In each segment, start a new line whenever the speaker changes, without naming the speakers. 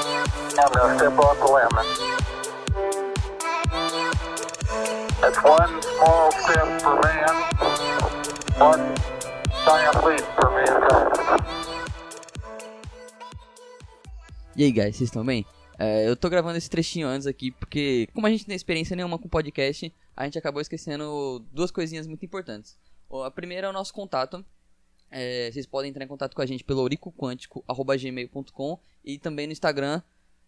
down now, step off the limit. That's one small step for man, one giant leap for mankind.
E aí, guys, vocês estão bem? É, eu tô gravando esse trechinho antes aqui porque, como a gente não tem experiência nenhuma com podcast, a gente acabou esquecendo duas coisinhas muito importantes. Ó, A primeira é o nosso contato. É, vocês podem entrar em contato com a gente pelo ouricoquântico.gmail.com e também no Instagram,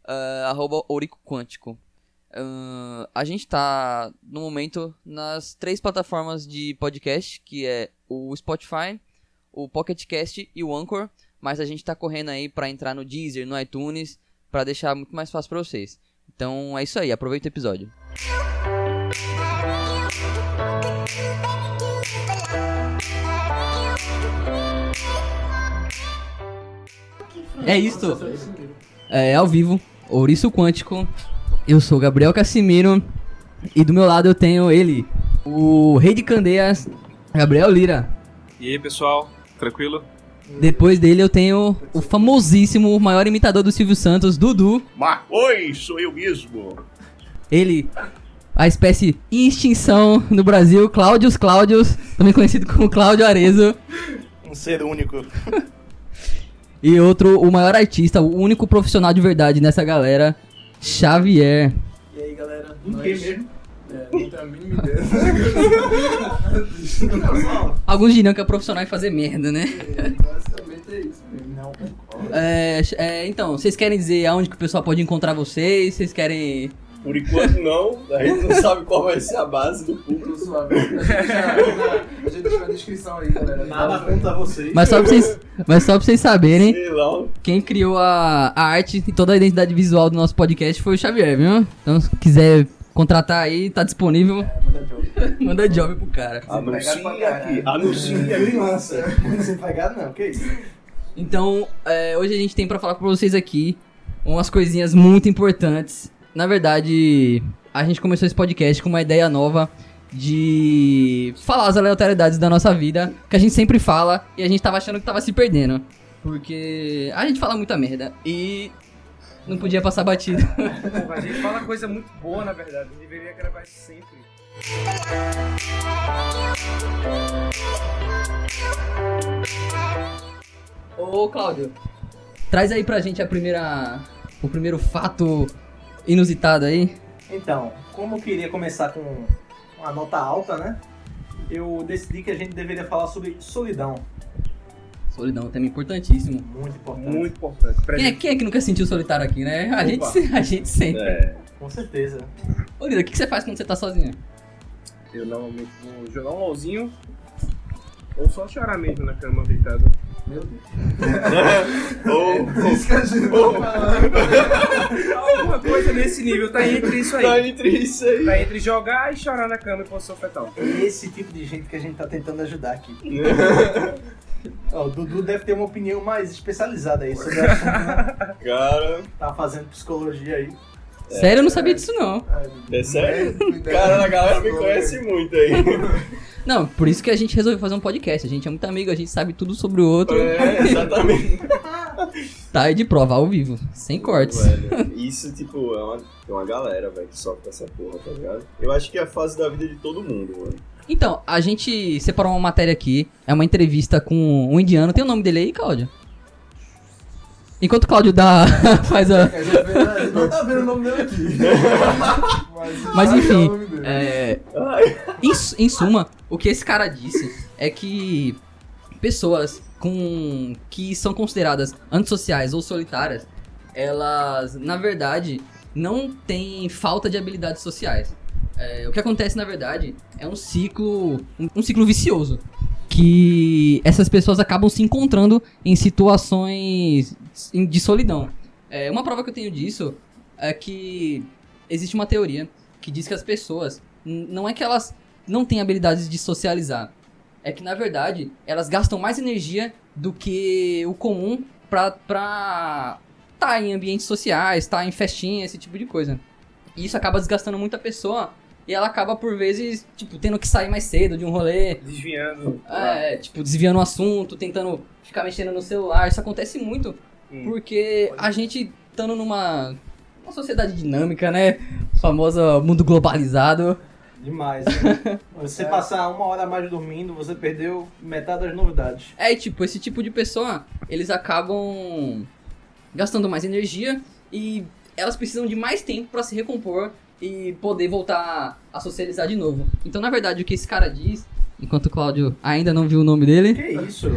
ah, arroba ouricoquântico. Ahn, a gente tá, no momento, nas três plataformas de podcast, que é o Spotify, o Pocket Cast e o Anchor. Mas a gente tá correndo aí pra entrar no Deezer, no iTunes, pra deixar muito mais fácil pra vocês. Então é isso aí, aproveita o episódio. É isso. É ao vivo, Ouriço Quântico. Eu sou Gabriel Cassimiro e do meu lado eu tenho ele, o Rei de Candeias, Gabriel Lira.
E aí, pessoal? Tranquilo?
Depois dele eu tenho o famosíssimo, o maior imitador do Silvio Santos, Dudu.
Mas, oi, sou eu mesmo.
Ele, a espécie em extinção no Brasil, Cláudios Cláudios, também conhecido como Cláudio Arezo.
Um ser único.
E outro, o maior artista, o único profissional de verdade nessa galera, Xavier.
E aí galera, nós...
mesmo?
É, não tenho a mínima ideia. Não,
Alguns diriam que é profissional e fazer merda, né?
Basicamente é isso mesmo. Não concordo.
É, é, então, vocês querem dizer aonde que o pessoal pode encontrar vocês? Vocês querem.
Por enquanto não, a gente não sabe qual vai ser a base do público.
Tô suave. A gente já- A gente deixou a descrição aí, galera. Tá
Nada contra vocês.
Mas só pra vocês, mas só pra vocês saberem,
Sei lá.
quem criou a, a arte e toda a identidade visual do nosso podcast foi o Xavier, viu? Então, se quiser contratar aí, tá disponível,
É, manda jogo.
manda job pro cara.
Empregado pra
Anuncia
caralho.
aqui. Anuncia aqui.
Criança. Sem pagar não, que isso?
Então, é, hoje a gente tem pra falar pra vocês aqui umas coisinhas muito importantes. Na verdade, a gente começou esse podcast com uma ideia nova de falar as aleatoriedades da nossa vida, que a gente sempre fala e a gente tava achando que tava se perdendo, porque a gente fala muita merda e não podia passar batido.
A gente fala coisa muito boa, na verdade. A gente deveria gravar isso sempre.
Ô, Cláudio, traz aí pra gente a primeira o primeiro fato inusitado aí.
Então, como eu queria começar com uma nota alta, né? Eu decidi que a gente deveria falar sobre solidão.
Solidão, um tema importantíssimo.
Muito importante.
Muito importante. Pra
Quem é,
gente.
quem é que nunca sentiu solitário aqui, né? A gente, se- a gente sente.
É,
Com certeza.
É.
Ô, Lira, o que que você faz quando você tá sozinho?
Eu normalmente vou jogar um LOLzinho ou só chorar mesmo na cama deitado.
Meu Deus.
ou
Isso que a gente tá falando.
Alguma coisa nesse nível, tá entre isso
tá
aí.
entre isso aí.
Tá entre jogar e chorar na cama em posição fetal.
É esse tipo de gente que a gente tá tentando ajudar aqui. Ó, o Dudu deve ter uma opinião mais especializada aí sobre a
Cara,
tá fazendo psicologia aí.
É.
Sério, eu não sabia disso, não.
é sério?
Cuidado.
Cara, a galera me conhece muito aí.
Não, por isso que a gente resolveu fazer um podcast. A gente é muito amigo, a gente sabe tudo sobre o outro.
É, exatamente.
Tá aí de prova, ao vivo, sem cortes.
Velho, isso, tipo, é uma, tem uma galera, velho, que sofre com essa porra, tá ligado? Eu acho que é a fase da vida de todo mundo, mano.
Então, a gente separou uma matéria aqui. É uma entrevista com um indiano. Tem o nome dele aí, Cláudio? Enquanto o Cláudio dá, faz a...
A gente vê- a gente não tá vendo o nome dele aqui. Mas,
Mas
tá
enfim,
o nome dele.
É,
Ai,
Em, su- em suma, o que esse cara disse é que pessoas com que são consideradas antissociais ou solitárias, elas, na verdade, não têm falta de habilidades sociais. É, o que acontece, na verdade, é um ciclo, um, um ciclo vicioso, que essas pessoas acabam se encontrando em situações em- de solidão. É, uma prova que eu tenho disso é que existe uma teoria que diz que as pessoas n- não é que elas não têm habilidades de socializar. É que, na verdade, elas gastam mais energia do que o comum pra, pra tá em ambientes sociais, tá em festinha, esse tipo de coisa. E isso acaba desgastando muito a pessoa e ela acaba, por vezes, tipo, tendo que sair mais cedo de um rolê,
Desviando.
é, tipo, desviando o assunto, tentando ficar mexendo no celular. Isso acontece muito
Hum.
porque a gente estando numa uma sociedade dinâmica, né? Famosa mundo globalizado.
Demais, né? Você passar uma hora a mais dormindo, você perdeu metade das novidades.
É, e, tipo, esse tipo de pessoa, eles acabam gastando mais energia e elas precisam de mais tempo pra se recompor e poder voltar a socializar de novo. Então, na verdade, o que esse cara diz, enquanto o Cláudio ainda não viu o nome dele,
Que isso?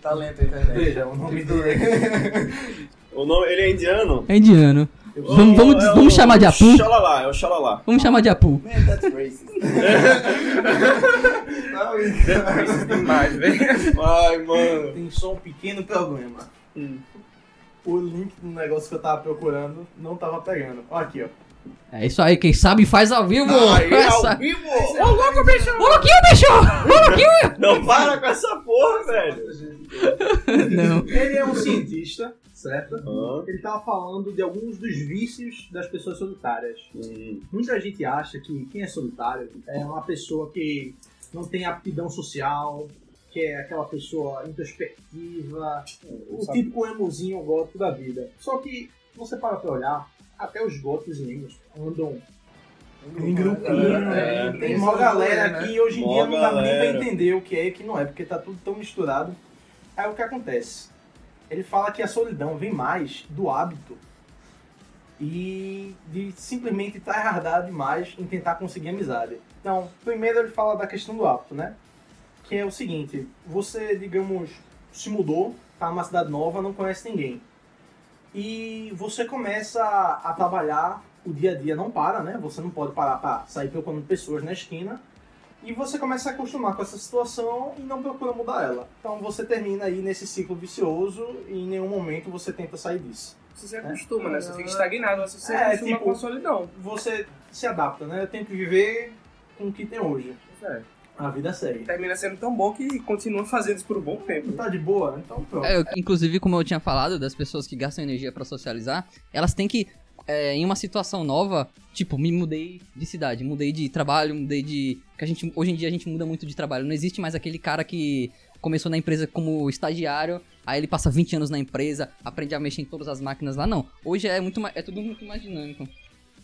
Tá
Talento, internet.
Veja, o nome dele.
O nome, ele é indiano?
é indiano. Vamos, vamos,
É o-
vamos chamar de Apu?
Xalalá, é o Xalalá.
Vamos chamar de Apu.
Man, that's racist.
tá
Não, isso-
Demais, velho.
Ai, mano.
Tem só um pequeno problema.
Hum.
O link do negócio que eu tava procurando não tava pegando. Ó aqui, ó.
É isso aí, quem sabe faz ao vivo.
Aí,
Essa-
ao vivo!
louco, bicho!
Ô, louquinho, bicho!
é
Não para com essa porra, velho.
Não.
Ele é um cientista, certo?
Hum.
Ah,
Ele tava falando de alguns dos vícios das pessoas solitárias.
hum,
Muita gente acha que quem é solitário é uma pessoa que não tem aptidão social, que é aquela pessoa introspectiva, o típico emozinho gótico da vida. Só que, se você para pra olhar, até os góticos e emos andam em grupinho. né?
É.
Tem uma galera né?
aqui.
que hoje em dia
Mó
não dá nem pra
galera.
entender o que é e o que não é, porque tá tudo tão misturado. Aí o que acontece? Ele fala que a solidão vem mais do hábito e de simplesmente estar hardado demais em tentar conseguir amizade. Então, primeiro ele fala da questão do hábito, né? Que é o seguinte, você, digamos, se mudou, tá numa cidade nova, não conhece ninguém. E você começa a trabalhar, o dia a dia não para, né? Você não pode parar para sair procurando pessoas na esquina. E você começa a acostumar com essa situação e não procura mudar ela. Então você termina aí nesse ciclo vicioso e em nenhum momento você tenta sair disso.
Você se acostuma, né? Você fica estagnado, mas você se
É,
acostuma
tipo-
com a solidão.
Você se adapta, né? Eu tento viver com o que tem hoje.
É.
A vida segue.
Termina sendo tão bom que continua fazendo isso por um bom tempo.
Tá de boa? Então pronto.
É, eu- inclusive, como eu tinha falado, das pessoas que gastam energia pra socializar, elas têm que, é, em uma situação nova, tipo, me mudei de cidade, mudei de trabalho, mudei de. Que a gente, hoje em dia a gente muda muito de trabalho. Não existe mais aquele cara que começou na empresa como estagiário, aí ele passa 20 anos na empresa, aprende a mexer em todas as máquinas lá. Não. Hoje é, muito, ma- é tudo muito mais dinâmico.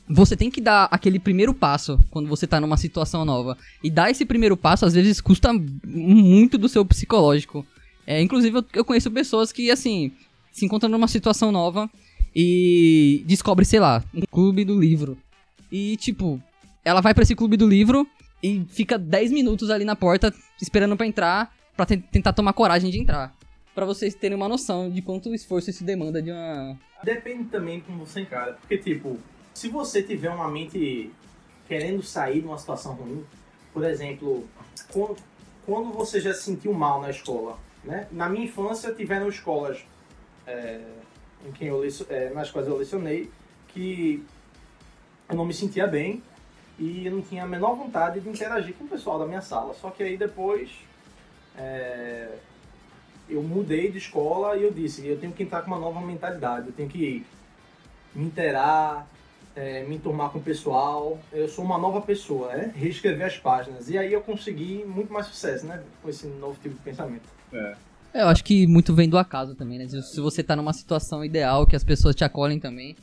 Você tem que dar aquele primeiro passo quando você tá numa situação nova. E dar esse primeiro passo, às vezes, custa muito do seu psicológico. É, inclusive, eu, eu conheço pessoas que, assim, se encontram numa situação nova e descobre, sei lá, um clube do livro. E, tipo, ela vai pra esse clube do livro e fica 10 minutos ali na porta esperando pra entrar, pra ten- tentar tomar coragem de entrar. Pra vocês terem uma noção de quanto esforço isso demanda de uma.
Depende também de como você encara. Porque, tipo, se você tiver uma mente querendo sair de uma situação ruim, por exemplo, quando, quando você já se sentiu mal na escola, né? Na minha infância tiveram escolas é, em quem eu, lecio- é, nas quais eu lecionei que eu não me sentia bem e eu não tinha a menor vontade de interagir com o pessoal da minha sala. Só que aí depois eu mudei de escola e eu disse, eu tenho que entrar com uma nova mentalidade, eu tenho que me inteirar, eh, me enturmar com o pessoal, eu sou uma nova pessoa, né? Reescrever as páginas. E aí eu consegui muito mais sucesso, né? Com esse novo tipo de pensamento.
É, Eu acho que muito vem do acaso também, né? Se, se você tá numa situação ideal, que as pessoas te acolhem também.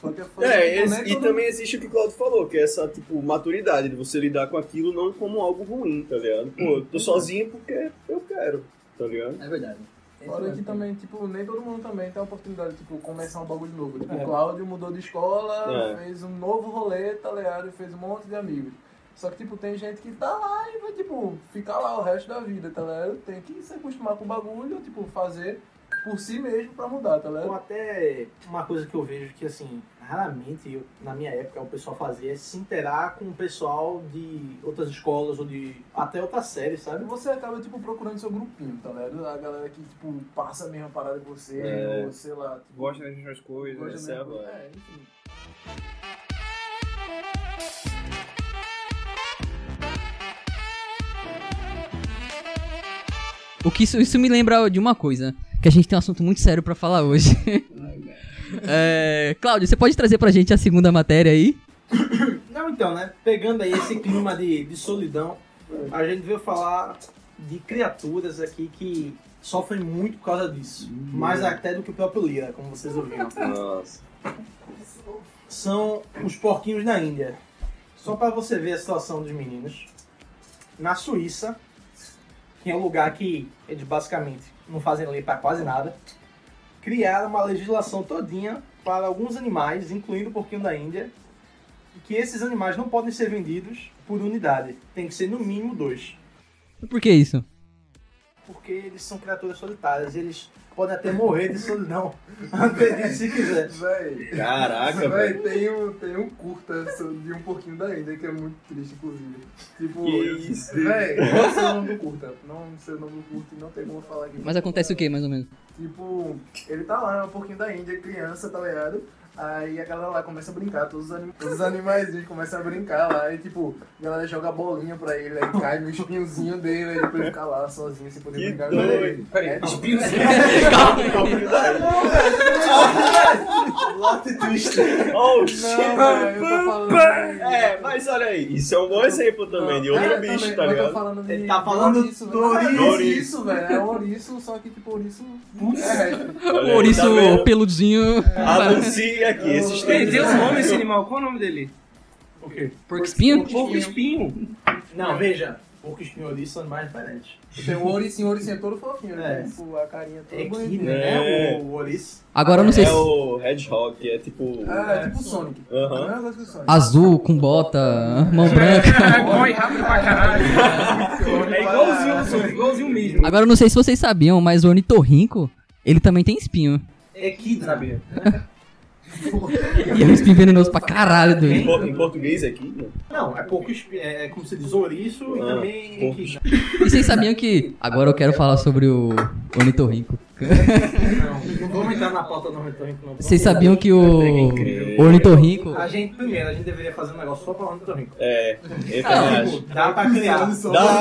Só que a foda
É,
que
ex-
como é que
e
eu não-
também existe o que o Claudio falou, que é essa, tipo, maturidade de você lidar com aquilo não como algo ruim, tá ligado? Pô, eu tô sozinho porque eu quero, tá ligado?
É verdade.
Fora que também, tipo, nem todo mundo também tem a oportunidade de tipo, começar um bagulho novo. Tipo,
É.
o Cláudio mudou de escola,
É.
fez um novo rolê, tá ligado? E Fez um monte de amigos. Só que, tipo, tem gente que tá lá e vai, tipo, ficar lá o resto da vida, tá ligado? Tem que se acostumar com o bagulho, tipo, fazer por si mesmo pra mudar, tá
Ou
ligado?
Então, até uma coisa que eu vejo que, assim, raramente, eu- na minha época, o pessoal fazia é se inteirar com o pessoal de outras escolas ou de até outras séries,
E
sabe?
você acaba, tipo, procurando seu grupinho, tá ligado? A galera que, tipo, passa a mesma parada que você,
É.
ou sei lá, tipo,
Gosta das mesmas coisas. né,
coisa
essa é a
mesmo.
vibe.
É, enfim.
O que isso, isso me lembra de uma coisa, que a gente tem um assunto muito sério pra falar hoje. é, Cláudio, você pode trazer pra gente a segunda matéria aí?
Não, então, né? Pegando aí esse clima de, de solidão, a gente veio falar de criaturas aqui que sofrem muito por causa disso. Mais até do que o próprio Lira, como vocês ouviram.
Nossa.
São os porquinhos da Índia. Só para você ver a situação dos meninos. Na Suíça, que é um lugar que eles basicamente não fazem lei para quase nada, criaram uma legislação todinha para alguns animais, incluindo o porquinho da Índia, que esses animais não podem ser vendidos por unidade. Tem que ser no mínimo dois
Por que isso?
porque eles são criaturas solitárias, eles podem até morrer de solidão antes disso, se quiser.
Véi,
Caraca, velho.
véi, tem um, tem um curta so- de um pouquinho da Índia que é muito triste, inclusive. Tipo,
Que isso,
véi, não sei o nome do curta. Não sei o nome do curta e não tem como falar aqui.
Mas acontece o que, mais ou menos?
Tipo, ele tá lá, é um pouquinho da Índia, criança, tá ligado? Aí a galera lá começa a brincar, todos os, anim... os animaizinhos começam a brincar lá, e tipo, a galera joga bolinha pra ele, aí cai no espinhozinho dele, aí depois fica lá sozinho sem poder
Que
brincar com
doido.
ele. É, tipo,
Plot twist. Oh, shit.
não, velho, eu tô falando. de-
É, mas olha aí, isso é um bom exemplo também de
Não,
outro
é,
bicho,
também,
tá
mas eu tô
ligado?
falando de,
Ele tá falando
de ouriço, velho. Não,
douriço.
É ouriço, velho. É ouriço, só que tipo, ouriço. Putz. É,
Olha aí,
Ouriço
tá vendo?
peludinho.
Anuncie aqui esses
Ele
tempos.
deu um nome esse animal, qual é o nome dele?
Porco espinho?
Porco espinho.
Não, veja, porcos pinholis são animais diferentes.
tem o ouricinho, o ouricinho é todo fofinho, né?
É.
Tipo, a carinha toda
É que,
bonitinha.
né,
É.
o ouriço.
Agora eu não sei
É
se.
o Hedgehog, é tipo.
Ah, é tipo Sonic. É a
Aham.
mesma coisa que o Sonic.
Azul, com bota, mão
É.
branca.
Corre rápido pra caralho. É igualzinho o Sonic, igualzinho mesmo.
Agora eu não sei se vocês sabiam, mas o ornitorrinco, ele também tem espinho.
Equidna. Sabia?
E é um espinho venenoso pra caralho,
Em,
doido.
por- em português aqui? né?
Não, é porco, espi- é como se diz, ouriço e
Ah,
também
porco.
equidna.
E vocês sabiam que. Agora eu quero falar sobre o ornitorrinco.
Não, não vamos entrar na pauta do ornitorrinco, não.
Vocês sabiam que o
é incrível.
ornitorrinco.
A gente, primeiro, a gente deveria fazer um negócio só pra ornitorrinco.
É, eu também
Ah,
acho.
Dá É pra criar.
Dá,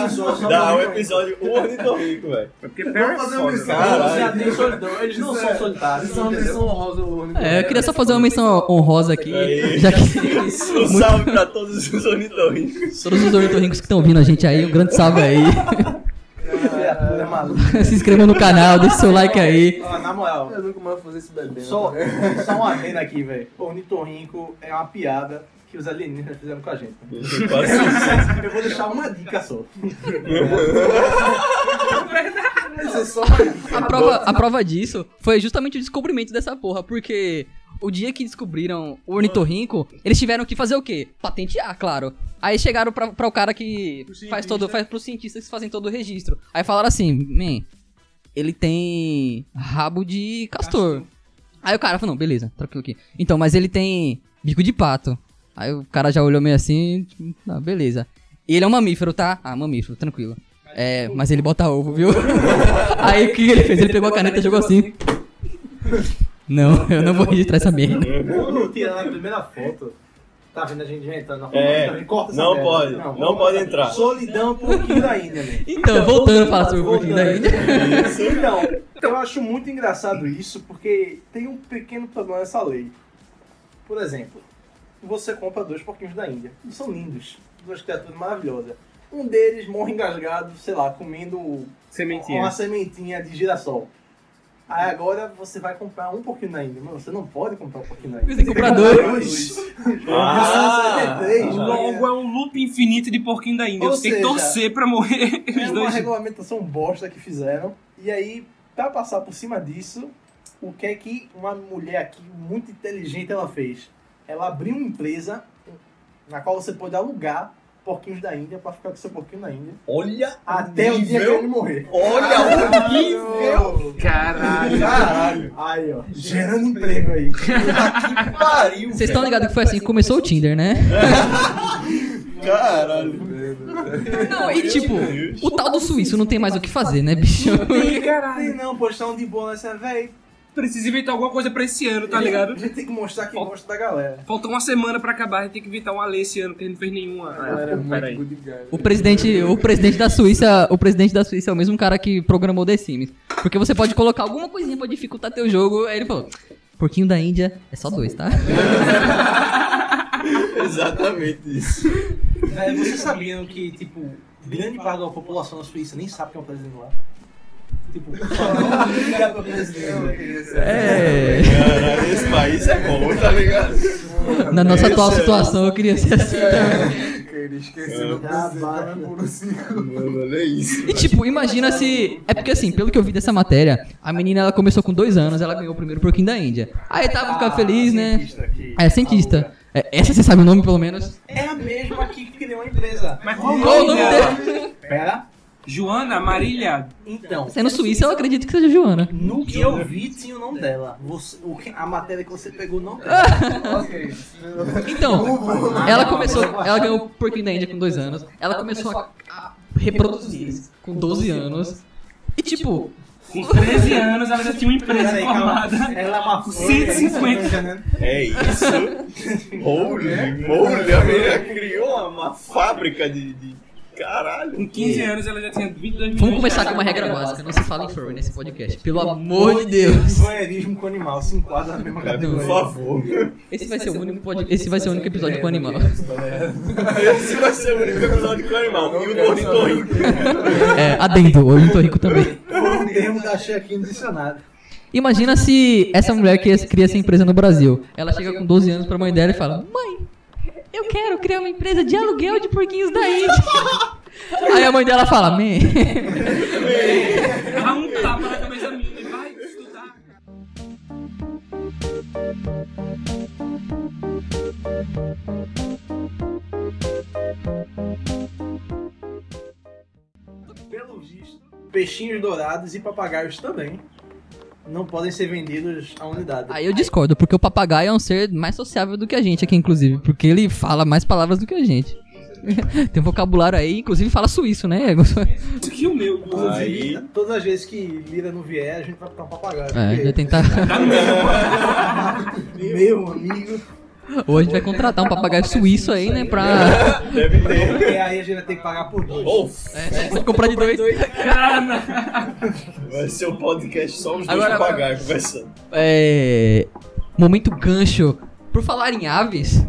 só- só
dá o
pra ornitorrinco.
episódio O Ornitorrinco, velho.
É porque pera
fazer
foda,
um
né?
ensaio.
Eles já
Caralho.
têm solidão, eles não
Isso
são
é-
solitários.
Isso é uma
entendeu?
menção honrosa ao Ornitorrinco.
É, eu queria só fazer uma menção honrosa aqui.
Aí.
Já que
Um salve pra todos os Ornitorrincos.
todos os ornitorrincos que estão ouvindo a gente aí, um grande salve aí.
Criatura maluca.
Se inscreva no canal, deixa seu like aí.
Ó, Na moral,
Eu nunca mais vou fazer esse bebê.
Só,
né?
só um adendo aqui, velho. O Nitorrinco é uma piada que os alienígenas fizeram com a gente. Eu vou deixar uma dica só.
Isso é só uma dica.
A prova, a prova disso foi justamente o descobrimento dessa porra, porque o dia que descobriram o ornitorrinco, eles tiveram que fazer o quê? Patentear, claro. Aí chegaram pra, pra o cara que faz todo, faz pros cientistas que fazem todo o registro. Aí falaram assim, man, ele tem rabo de castor. Aí o cara falou, não, beleza, tranquilo aqui. Então, mas ele tem bico de pato. Aí o cara já olhou meio assim, tipo, ah, beleza. E ele é um mamífero, tá? Ah, mamífero, tranquilo. É, mas ele bota ovo, viu? Aí o que ele fez? Ele pegou a caneta e jogou assim. Não, eu não vou registrar essa merda.
Quando tirar na primeira foto, tá vendo a gente já entrando na foto?
É,
Nitorrinco, corta essa
Não
merda.
pode, não
vamos
pode
cortar.
entrar.
Solidão por pouquinho da Índia, velho.
Então, voltando a falar sobre o
Voltando.
Porquinho da Índia.
Então, eu acho muito engraçado isso, porque tem um pequeno problema nessa lei. Por exemplo, você compra dois porquinhos da Índia. Eles são lindos. Duas criaturas maravilhosas. Um deles morre engasgado, sei lá, comendo uma
Sementinha.
sementinha de girassol. Aí agora você vai comprar um porquinho da Índia. Mas você não pode comprar um porquinho da
Você
Índia.
tem que comprar dois.
Ah,
Você tem que ter três. né?
Logo é um loop infinito de porquinho da Índia.
Ou
Você tem que
seja,
torcer pra morrer
É
os
uma
dois.
regulamentação bosta que fizeram. E aí, pra passar por cima disso, o que é que uma mulher aqui, muito inteligente, ela fez? Ela abriu uma empresa na qual você pode alugar porquinhos da Índia pra ficar com seu porquinho da Índia.
Olha,
Até o dia que
nível.
ele morrer.
olha
Meu
Caralho.
Caralho! Aí, ó. Gerando emprego aí.
o pariu.
Vocês estão ligados que foi assim que começou o Tinder, né?
Caralho.
Não, e tipo, o tal do suíço não tem mais o que fazer, né, bicho?
Ih,
Tem
Caralho.
não, postão de boa né? nessa, véi.
Precisa inventar alguma coisa pra esse ano, tá ligado?
A gente tem que mostrar que gosta da galera.
Falta uma semana pra acabar, a gente tem que inventar uma lei esse ano, que a gente não fez nenhuma.
A galera é muito
Peraí.
good guy.
O presidente, o presidente da Suíça, o presidente da Suíça é o mesmo cara que programou The Sims. Porque você pode colocar alguma coisinha pra dificultar teu jogo, aí ele falou: "Porquinho da Índia é só dois, tá?"
Exatamente isso.
Véi, vocês sabiam que, tipo, grande parte da população da Suíça nem sabe que é um país lá? Tipo, não é liga pra brasileiro.
É.
Cara, esse país é bom, tá ligado?
Na nossa atual situação, eu queria ser assim também.
Ele esqueceu o
Já basta.
presidente por um cinco.
Mano, olha isso.
E tipo, imagina se. É porque assim, pelo que eu vi dessa matéria, a menina ela começou com dois anos, ela ganhou o primeiro porquinho da Índia. Aí tava ficando feliz, né? É, cientista. É, essa você sabe o nome, pelo menos.
É a mesma aqui que criou a empresa.
Mas
Qual
Qual o nome
dela?
dele?
Pera.
Joana Marília.
Então,
Sendo é suíça, eu acredito que seja Joana.
no que eu vi tinha o nome dela. Você- o que- a matéria que você pegou não tem.
Ok.
Então, Ah, ela começou. Ela ganhou o porquinho da Índia com dois anos. Ela começou a, a reproduzir eles com 12 anos. E tipo,
Com 13 anos, ela já tinha uma empresa
Peraí, calma.
formada.
Ela é uma
150.
né?
É isso. Holy moly, a menina criou uma, uma fábrica de, de- Caralho.
Com 15 anos, ela já tinha 22 milhões
vamos começar
de
com uma regra básica. Não se fala em furry nesse podcast. Pelo amor de Deus.
Voyeurismo é, com animal se enquadra na mesma
Cara, por
categoria.
favor.
Esse vai ser o único pod... Esse vai ser o único episódio com animal.
Esse vai ser o único episódio com o animal. E o Gordo
É, adendo, o tô rico também.
Foi um termo da achei aqui no dicionário.
Imagina se essa mulher que cria essa empresa no Brasil, ela chega com 12 anos pra mãe dela e fala: Mãe, eu quero criar uma empresa de aluguel de porquinhos da Índia. Aí a mãe dela fala: Mãe,
Dá um tapa na cabeça minha e vai estudar.
Pelo visto, peixinhos dourados e papagaios também não podem ser vendidos à unidade.
Aí eu discordo, porque o papagaio é um ser mais sociável do que a gente aqui, inclusive. Porque ele fala mais palavras do que a gente. Tem um vocabulário aí, inclusive fala suíço, né?
Isso que o meu.
Inclusive, todas as vezes que Lira não vier, a gente vai botar um papagaio.
É, já
porque,
tentar.
Meu amigo.
Ou a gente vai contratar um papagaio suíço aí, né? Pra.
Deve ter.
Porque aí a gente vai ter que pagar por dois.
Oh,
É, só comprar de dois.
vai ser o podcast só os dois
É. Agora-
papagaios conversando.
É. Momento gancho. Por falar em aves.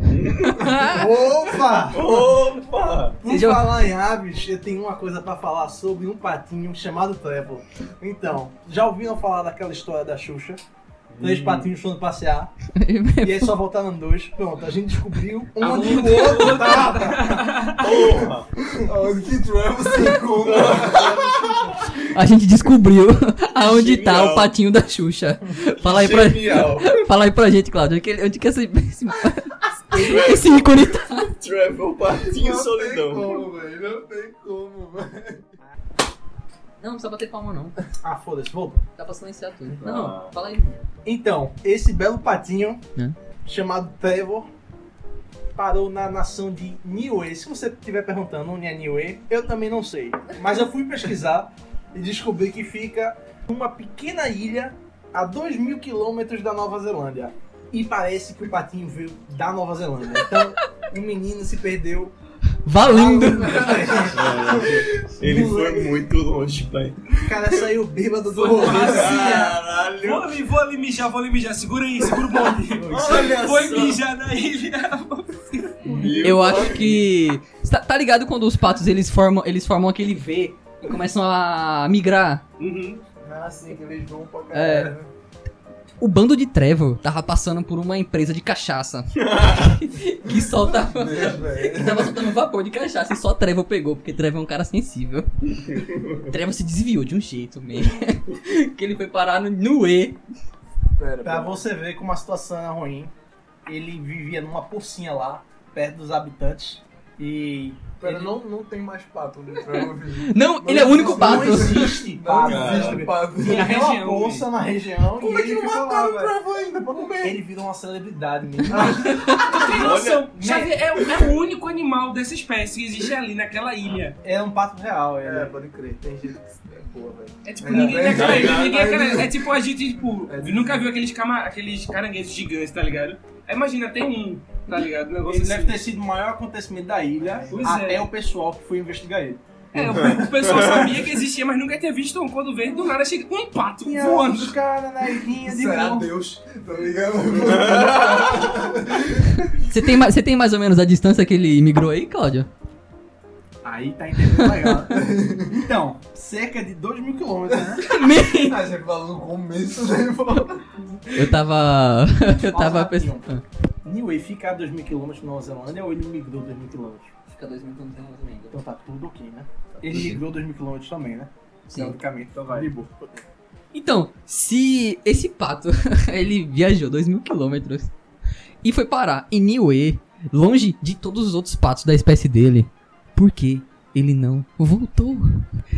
Opa!
Opa!
Por
Seja-
falar em aves, eu tenho uma coisa pra falar sobre um patinho chamado Trevor. Então, já ouviram falar daquela história da Xuxa? Três patinhos foram passear e aí só voltaram dois. Pronto, a gente descobriu onde o outro Tá, tava.
Porra!
Onde que Trevor se encontra?
A gente descobriu aonde tá
Genial.
o patinho da Xuxa. Fala aí pra,
Genial!
fala aí pra gente, Claudio. Onde que, onde que esse, esse, esse ícone tá?
Travel Patinho Solidão.
como, velho. Não tem como, velho.
Não, não precisa bater palma, não.
Ah, foda-se, voltou.
Dá pra silenciar tudo.
Não,
fala aí.
Então, esse belo patinho,
Hã?
chamado Trevor, parou na nação de Niue. Se você estiver perguntando onde é Niue, eu também não sei. Mas eu fui pesquisar e descobri que fica numa pequena ilha a 2 mil quilômetros da Nova Zelândia. E parece que o patinho veio da Nova Zelândia. Então, o menino se perdeu.
Valendo!
Ele foi muito longe, pai.
O cara saiu bêbado do rolê.
Caralho!
Vou ali, vou ali mijar, vou ali mijar. Segura aí, segura o bonde.
Olha
Foi
só.
mijar na ilha.
Meu
Eu acho que. Tá, tá ligado quando os patos eles formam, eles formam aquele V e começam a migrar?
Uhum.
Ah, sim, que eles vão pra
É.
caralho. né?
O bando de Trevor tava passando por uma empresa de cachaça. que solta.
Deus, velho.
Ele tava soltando vapor de cachaça e só Trevor pegou, porque Trevor é um cara sensível. Trevor se desviou de um jeito mesmo. que ele foi parar no, no E.
Pera,
É Pra
pera.
você ver como a situação era ruim, ele vivia numa porcinha lá, perto dos habitantes. E.
Pera, não, não tem mais pato onde o Trevor vive.
Não, ele é o único pato.
Não existe
Não
pato.
existe pato.
Tinha aquela
região,
poça na região
Como
e
é que
ele
não
ficou
mataram o
lá, velho.
Trevor ainda pra Ah. comer?
Ele virou uma celebridade mesmo.
Tem noção. Xavier é, o- é o único animal dessa espécie que existe ali naquela ilha.
Era um pato real, ele.
É, pode crer. Tem gente que é boa, velho.
É tipo,
É,
ninguém
é
naquela ilha,
verdade.
ninguém naquela- É tipo, a gente, tipo,
É.
nunca viu aqueles, cama, aqueles caranguejos gigantes, tá ligado? Aí imagina, tem um, tá ligado? Um negócio
Ele
assim.
deve ter sido o maior acontecimento da ilha,
Pois
até
é.
o pessoal que foi investigar ele.
É, o o pessoal sabia que existia, mas nunca tinha visto um quando verde do nada chega com um pato voando.
uns caras na ilhinha né, de
Será
novo.
Deus? Tá ligado?
Você tem, mais- você tem mais ou menos a distância que ele migrou aí, Cláudio?
Ah,
Aí tá entendendo legal. então, cerca de 2 mil quilômetros, né?
A gente falou no começo, né? pô?
Eu tava. Eu tava
rapidinho.
pensando.
Niue fica a 2 mil quilômetros na Nova Zelândia ou ele migrou 2 mil quilômetros?
Fica dois minutos ainda.
Então tá tudo ok, né? Ele migrou 2 mil quilômetros também, né?
Sim.
Teoricamente, então vai. De boa.
Então, se esse pato ele viajou 2 mil quilômetros e foi parar em Niue, longe de todos os outros patos da espécie dele, por que ele não voltou?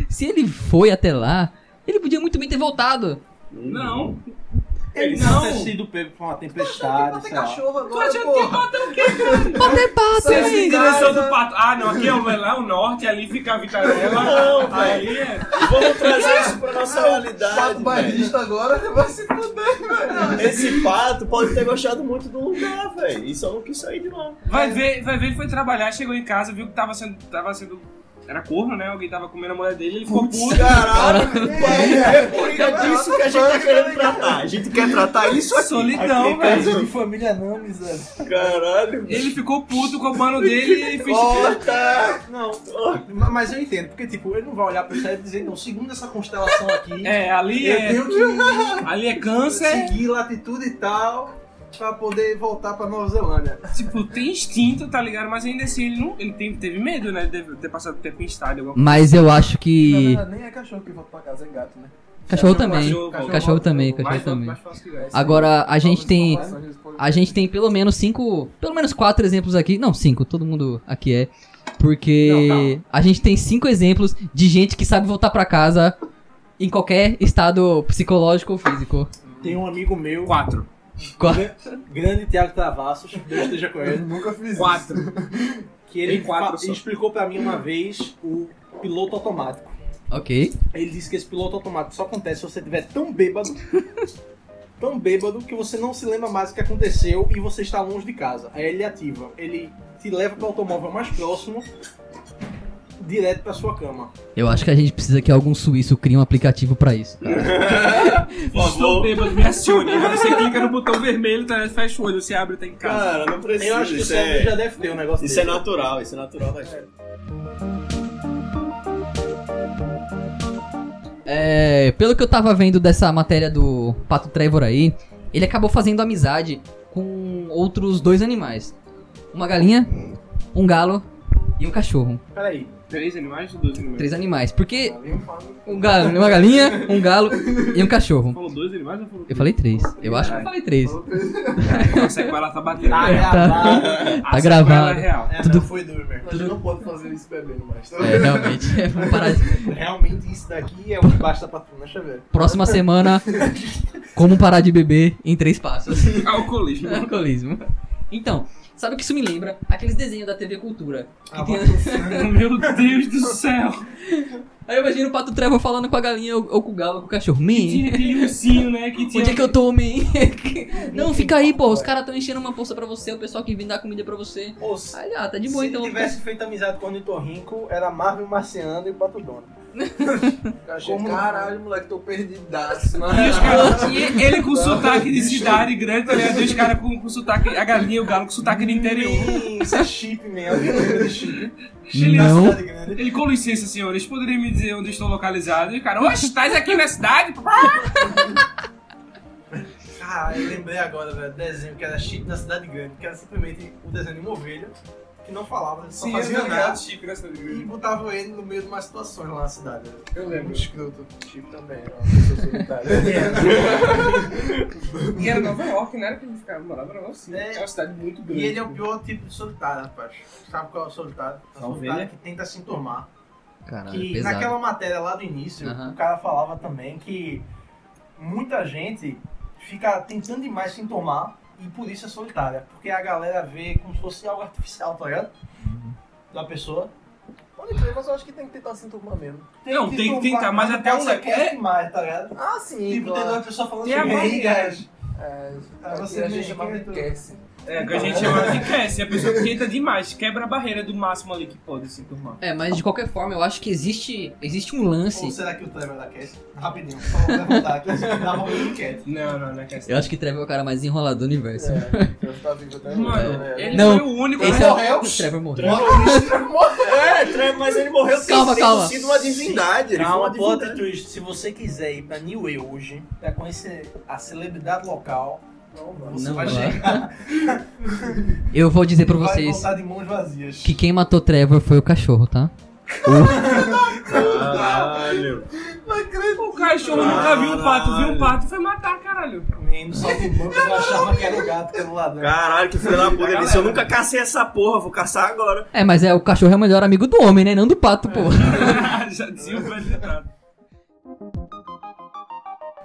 Se ele foi até lá, ele podia muito bem ter voltado.
Não.
Ele
Não.
não ter sido pego por uma tempestade, sei lá.
Tu acha que é bota o quê?
Pato é pato,
Sai
gente.
Você em
de
direção
casa.
do pato. Ah, não, aqui é o- lá o norte, ali fica a Vitarela. Aí é.
Vamos trazer isso pra nossa
Pato
realidade. velho.
bairrista agora vai se fuder, velho.
Esse pato pode ter gostado muito do lugar, velho. E só não quis sair de lá.
Vai ver, vai ver, foi trabalhar, chegou em casa, viu que tava sendo. Tava sendo era corno, né? Alguém tava comendo a mulher dele, ele ficou puto.
Caralho,
É
é disso que a gente tá querendo tratar. A gente quer tratar isso aqui.
Solidão, velho.
de família não, miséria.
Caralho,
Ele ficou puto com o mano dele e fez. tipo,
Volta!
Não, ma- mas eu entendo, porque tipo, ele não vai olhar pro céu e dizer, não, segundo essa constelação aqui,
É, ali
eu
é,
tenho que
ali é câncer.
seguir latitude e tal pra poder voltar pra Nova Zelândia.
Tipo, tem instinto, tá ligado? Mas ainda assim, ele, não, ele tem- teve medo, né? Deve ter passado tempestade, alguma
Mas eu acho que.
Não, nem é cachorro que volta pra casa, é gato, né?
Cachorro
coisa.
também.
Cachorro,
Cachorro também,
mais
cachorro também.
mais fácil que ganha.
Agora, a gente tem.
Informações
A gente tem pelo menos cinco, pelo menos quatro exemplos aqui. Não, cinco, todo mundo aqui é. Porque
Não, calma.
a gente tem cinco exemplos de gente que sabe voltar pra casa em qualquer estado psicológico ou físico.
Tem um amigo meu,
Quatro.
grande Thiago Travassos, Deus esteja com
Eu
ele,
nunca fiz
Quatro.
que ele
Tem quatro
fa-
só.
explicou pra mim uma vez o piloto automático.
Ok.
Ele disse que esse piloto automático só acontece se você estiver tão bêbado, tão bêbado que você não se lembra mais o que aconteceu e você está longe de casa. Aí ele ativa, ele te leva para o automóvel mais próximo, direto para sua cama.
Eu acho que a gente precisa que algum suíço crie um aplicativo pra isso. cara.
Estou bêbado, me acione. Aí você clica no botão vermelho, tá, ligado? fecha o olho, você abre e tá em casa.
Cara, não precisa.
Eu acho que o
isso
cérebro
é,
já deve ter um negócio
isso é
desse.
natural, isso é natural da gente.
É, pelo que eu tava vendo dessa matéria do Pato Trevor aí, ele acabou fazendo amizade com outros dois animais: uma galinha, um galo e um cachorro.
Peraí,
Três animais ou dois animais?
Três animais. Porque Um ga- uma galinha, um galo e um cachorro.
Falou dois animais ou falou
Eu falei três. Eu acho que eu falei três.
Então, a sequela tá batendo.
ah,
A
é a barra.
sequela
gravado.
É real.
É,
Tudo-
não, foi duro mesmo.
Mas não pode fazer isso bebendo mais, tá?
É, realmente. É, vamos parar.
Realmente isso daqui é o que basta pra tu, deixa eu ver.
Próxima semana, como um parar de beber em três passos.
Alcoolismo.
Alcoolismo. Então, sabe o que isso me lembra? Aqueles desenhos da TV Cultura. que
Ah,
tem-
Meu Deus do céu.
Aí eu imagino o Pato Trevor falando com a galinha ou, ou com o galo, ou com o cachorro.
Tinha
Man,
aquele ursinho, né? Que tinha...
onde é que eu tô, man? Não, fica aí, porra. Os caras estão enchendo uma bolsa pra você, o pessoal que vem dar comida pra você.
Ou se,
Aí, ah, tá de
se
boa
ele
então.
tivesse feito amizade com o Nitorrinco, era Marvel Marciano e Pato Dono. Como-
Caralho, moleque, tô perdidaço, mano.
E os
é
caras- e ele com sotaque de cidade grande, tá ligado? E os caras com, com sotaque. A galinha e o galo com sotaque de interior.
Sim, Isso é chip mesmo. Alguém lembra de chip?
Chileno.
Não.
é Cidade grande.
Ele, com licença, senhores, poderiam me dizer onde estou localizado? E o cara, oxe, estás aqui na cidade?
Ah, eu lembrei agora, velho, desenho que era chip da cidade grande, que era simplesmente o desenho de uma ovelha que não falava, só fazia nada
Chip nessa
e botava ele no meio de umas situações lá na cidade. velho.
Eu lembro. Muito escroto. Tipo também, era uma pessoa solitária.
E era Nova York, não era que ele ficava, morava na Nova York. É uma cidade muito grande.
E ele é o pior tipo de solitário, rapaz. Sabe qual é o solitário? É o solitário que tenta se enturmar.
Caralho,
Que
pesado.
naquela matéria lá do início,
Aham.
o cara falava também que muita gente fica tentando demais se enturmar e por isso é solitária. Porque a galera vê como se fosse algo artificial, tá ligado? Da pessoa.
Pode crer, mas eu acho que tem que tentar se enturmar mesmo.
Não, tem que tentar, mas até
um
onde
você quer
é-
demais, tá ligado?
Ah, sim,
Tipo, tem duas pessoas falando
Tem a
assim,
barriga.
"Ei, guys,
É,
Ah,
aqui
você
a gente
vem,
chamava
quem é
de
tu?
Cassie.
É, que a gente chama de cresce, a pessoa tenta demais, quebra a barreira do máximo ali que pode assim, se turmar.
É, mas de qualquer forma, eu acho que existe, existe um
Ou
lance.
será que o Trevor da Cass? Rapidinho, só vou levantar aqui. assim, Dá uma enquete.
Não, não, não é cresce.
Eu acho que Trevor é o cara mais enrolado do universo.
É, eu tá vivo até hoje,
Mano,
né?
ele
Não,
foi o único.
Esse
né?
é o-
morreu?
o Trevor morreu.
É, Trevor, mas ele morreu sem
Calma,
ter
calma.
sido uma divindade. Ele
Calma,
foi uma
plot
divindade.
twist. Se você quiser ir pra New Way hoje, pra conhecer a celebridade local, você
Não
vai
vai.
chegar
Eu vou dizer pra
vai
vocês
voltar de mãos vazias.
que quem matou Trevor foi o cachorro, tá?
Caralho.
O cachorro nunca viu um pato, viu um pato, foi matar, caralho.
Menino, só que banco eu achava que era o gato pelo ladrão.
Caralho, que filho da puta. Ele disse, eu nunca cacei essa porra, vou caçar agora.
É, mas é o cachorro é o melhor amigo do homem, né? Não do pato, pô.
É.
Já dizia o velho ditado.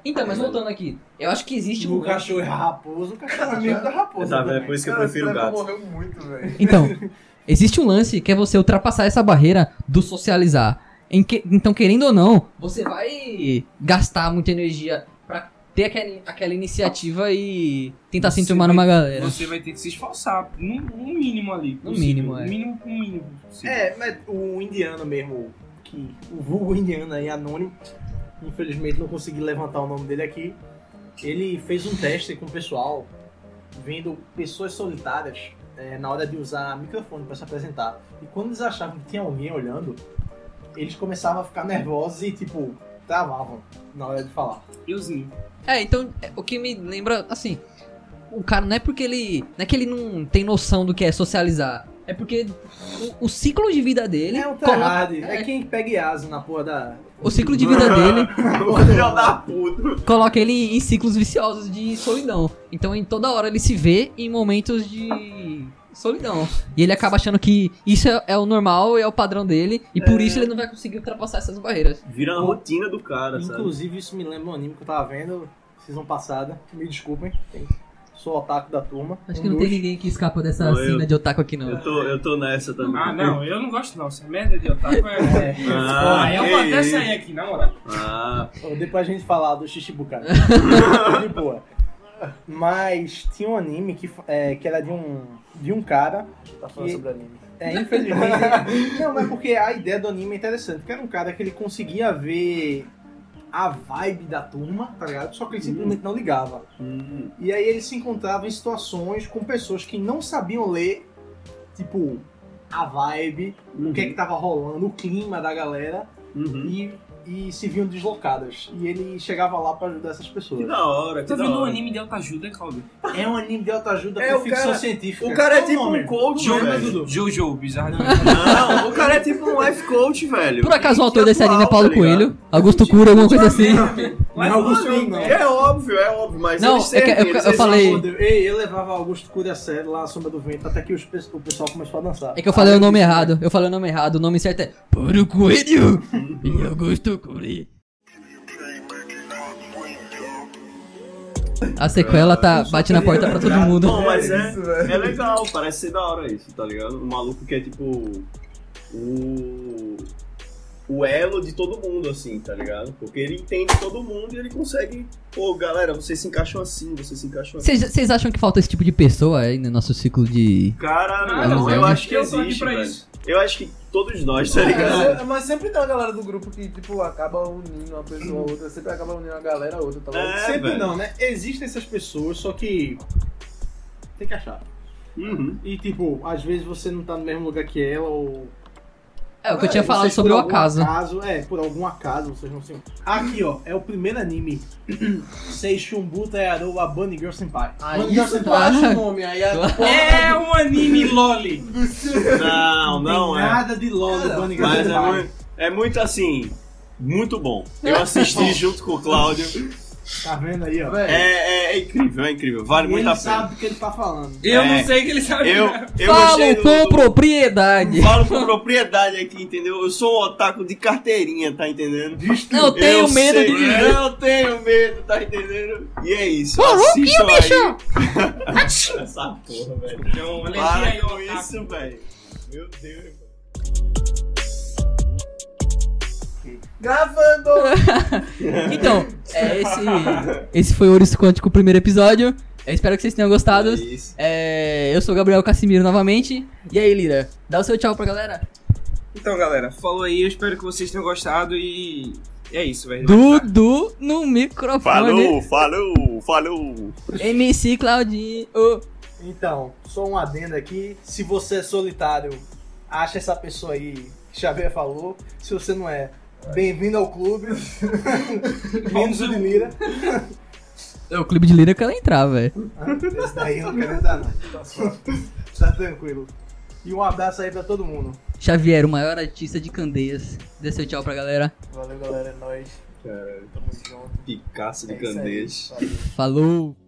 Então, mas voltando aqui, eu acho que existe um
O
lugar.
cachorro é raposo, o cachorro é amigo da raposa.
Tá, é
também.
por isso que eu
Cara,
prefiro
esse
gato.
moleque morreu muito, velho.
Então, existe um lance que é você ultrapassar essa barreira do socializar. Em que- então, querendo ou não, você vai gastar muita energia pra ter aquela, aquela iniciativa e tentar se
Você
enturmar
vai-
numa galera.
Você vai ter que se esforçar, no, no mínimo ali.
No
possível.
mínimo, é.
É. No mínimo, no mínimo. possível.
É, mas o indiano mesmo, que o vulgo indiano aí, anônimo, infelizmente não consegui levantar o nome dele aqui. Ele fez um teste com o pessoal, vendo pessoas solitárias é, na hora de usar microfone para se apresentar. E quando eles achavam que tinha alguém olhando, eles começavam a ficar nervosos e, tipo, travavam na hora de falar.
Euzinho.
É, então, é, o que me lembra, assim, o cara não é porque ele. Não é que ele não tem noção do que é socializar. É porque o, o ciclo de vida dele.
Ele é um
coloca-
tryhard, é
é,
quem pega Iaso na porra da...
o ciclo de vida dele
Filho da puta.
coloca ele em ciclos viciosos de solidão. Então, em toda hora ele se vê em momentos de solidão. E ele acaba achando que isso é, é o normal, é o padrão dele. E
É.
por isso ele não vai conseguir ultrapassar essas barreiras.
Vira a rotina do cara, sabe?
Inclusive, isso me lembra um anime que eu tava vendo season passada. né? Me desculpem, tem- sou o otaku da turma.
Acho
um
que não
dos.
tem ninguém que escapa dessa
Não, eu-
cena de otaku aqui, não.
Eu tô, eu tô nessa também.
Ah, não, eu não gosto não. Essa merda de otaku é.
Ah,
Ah, eu
que
vou até
isso.
sair aqui, na moral.
Ah,
Ou Depois a gente falar do Shichibukai. de boa. Mas tinha um anime que, fa- é, que era de um, de um cara.
Tá falando
E-
sobre anime.
É, infelizmente. não, mas porque a ideia do anime é interessante. Que era um cara que ele conseguia ver a vibe da turma, tá ligado? Só que ele simplesmente não ligava.
hum,
E aí ele se encontrava em situações com pessoas que não sabiam ler, tipo, a vibe, o que é que tava rolando, o clima da galera,
uhum.
e, e se viam deslocadas. E ele chegava lá pra ajudar essas
Que
pessoas.
da hora, que
Tá
da
vendo um
hora.
anime de autoajuda, Claudio?
É um anime de autoajuda
É,
com
o
ficção
cara-
científica.
O cara é
Qual
tipo
nome?
um coach,
é
Joe,
né,
velho.
Dudu?
Jojo, bizarro.
Não, o cara é tipo um life coach, velho.
Por acaso o
Tem que
autor desse
atuar,
anime é Paulo
tá ligado?
Coelho, Augusto Cura, alguma coisa assim.
Não é Augusto Coelho, não.
É óbvio, é óbvio, mas
Não,
eles
é que-
servem,
é que
eles
eu
existem.
falei-
Ei, eu levava Augusto Cury a sério lá na sombra do vento, até que os pe- o pessoal começou a dançar.
É que eu falei
Aí
o nome errado. Eu falei o nome errado. O nome certo é Puro Coelho e Augusto Cury. A sequela tá bate na porta pra todo mundo.
Não, mas é,
Isso, velho.
é legal, parece ser da hora isso, tá ligado? Um maluco que é tipo o o elo de todo mundo assim, tá ligado? Porque ele entende todo mundo e ele consegue, pô, galera, vocês se encaixam assim, vocês se encaixam assim.
Vocês vocês acham que falta esse tipo de pessoa aí no nosso ciclo de.
Cara,
Ah,
não,
não,
eu
eu
acho que
eu tô aqui
existe,
pra
velho.
isso.
Eu acho que todos nós, tá ligado?
É, mas sempre tem uma galera do grupo que, tipo, acaba unindo uma pessoa a outra, sempre acaba unindo uma galera a outra, tá ligado?
É,
Sempre
velho.
não, né? Existem essas pessoas, só que. Tem que achar.
Uhum.
E tipo, às vezes você não tá no mesmo lugar que ela, ou.
É o que eu tinha
vocês
falado
por
sobre o
algum
acaso.
acaso. É, por algum acaso vocês não se. Aqui, ó, é o primeiro anime. é Seishumbu Tayarou wa Bunny Girl Senpai.
Aí
Bunny Girl
isso tu
Senpai
acha o nome, aí a
Claro.
É um anime loli.
Não,
não
não
tem
é.
nada de LOL do Bunny Girl
Mas é
Senpai.
muito, é muito assim, muito bom. Eu assisti junto com o Cláudio.
Tá vendo aí, ó?
Véi,
É, é- é incrível, é incrível. Vale
E
muito assim. a
ele
pena.
sabe do que ele tá falando.
Eu
É.
não sei o que ele sabe. né?
Eu, eu
Falo
gostei do-
com
do-
propriedade.
Falo com propriedade aqui, entendeu? Eu sou um otaku de carteirinha, tá entendendo?
Não tenho
Eu
medo
sei,
de dizer.
Não tenho medo, tá entendendo? E é isso.
Ô, louco,
assistam
e o bichão?
aí. Essa porra, velho.
Então, alergia aí,
Para
ó,
com
otaku.
isso, velho. Meu Deus, velho.
Gravando!
Então, é esse, esse foi o Ouriço Quântico, o primeiro episódio. Eu espero que vocês tenham gostado.
É isso.
É, eu sou o Gabriel Cassimiro novamente. E aí, Lira, dá o seu tchau pra galera.
Então, galera, falou aí. Eu espero que vocês tenham gostado e é isso, velho.
Dudu no microfone.
Falou, falou, falou.
MC Claudinho.
Então, só um adendo aqui. Se você é solitário, acha essa pessoa aí que Xavier falou. Se você não é, bem-vindo ao clube. Menos o de Lira.
É o clube de Lira que ela entrar, velho.
Ah, Esse daí eu não quero entrar, não. Tá tranquilo. E um abraço aí pra todo mundo.
Xavier, o maior artista de Candeias. Dê seu tchau pra galera.
Valeu, galera. É nóis.
Caralho.
Tamo junto.
Picasso de
É isso aí.
Candeias.
Valeu.
Falou.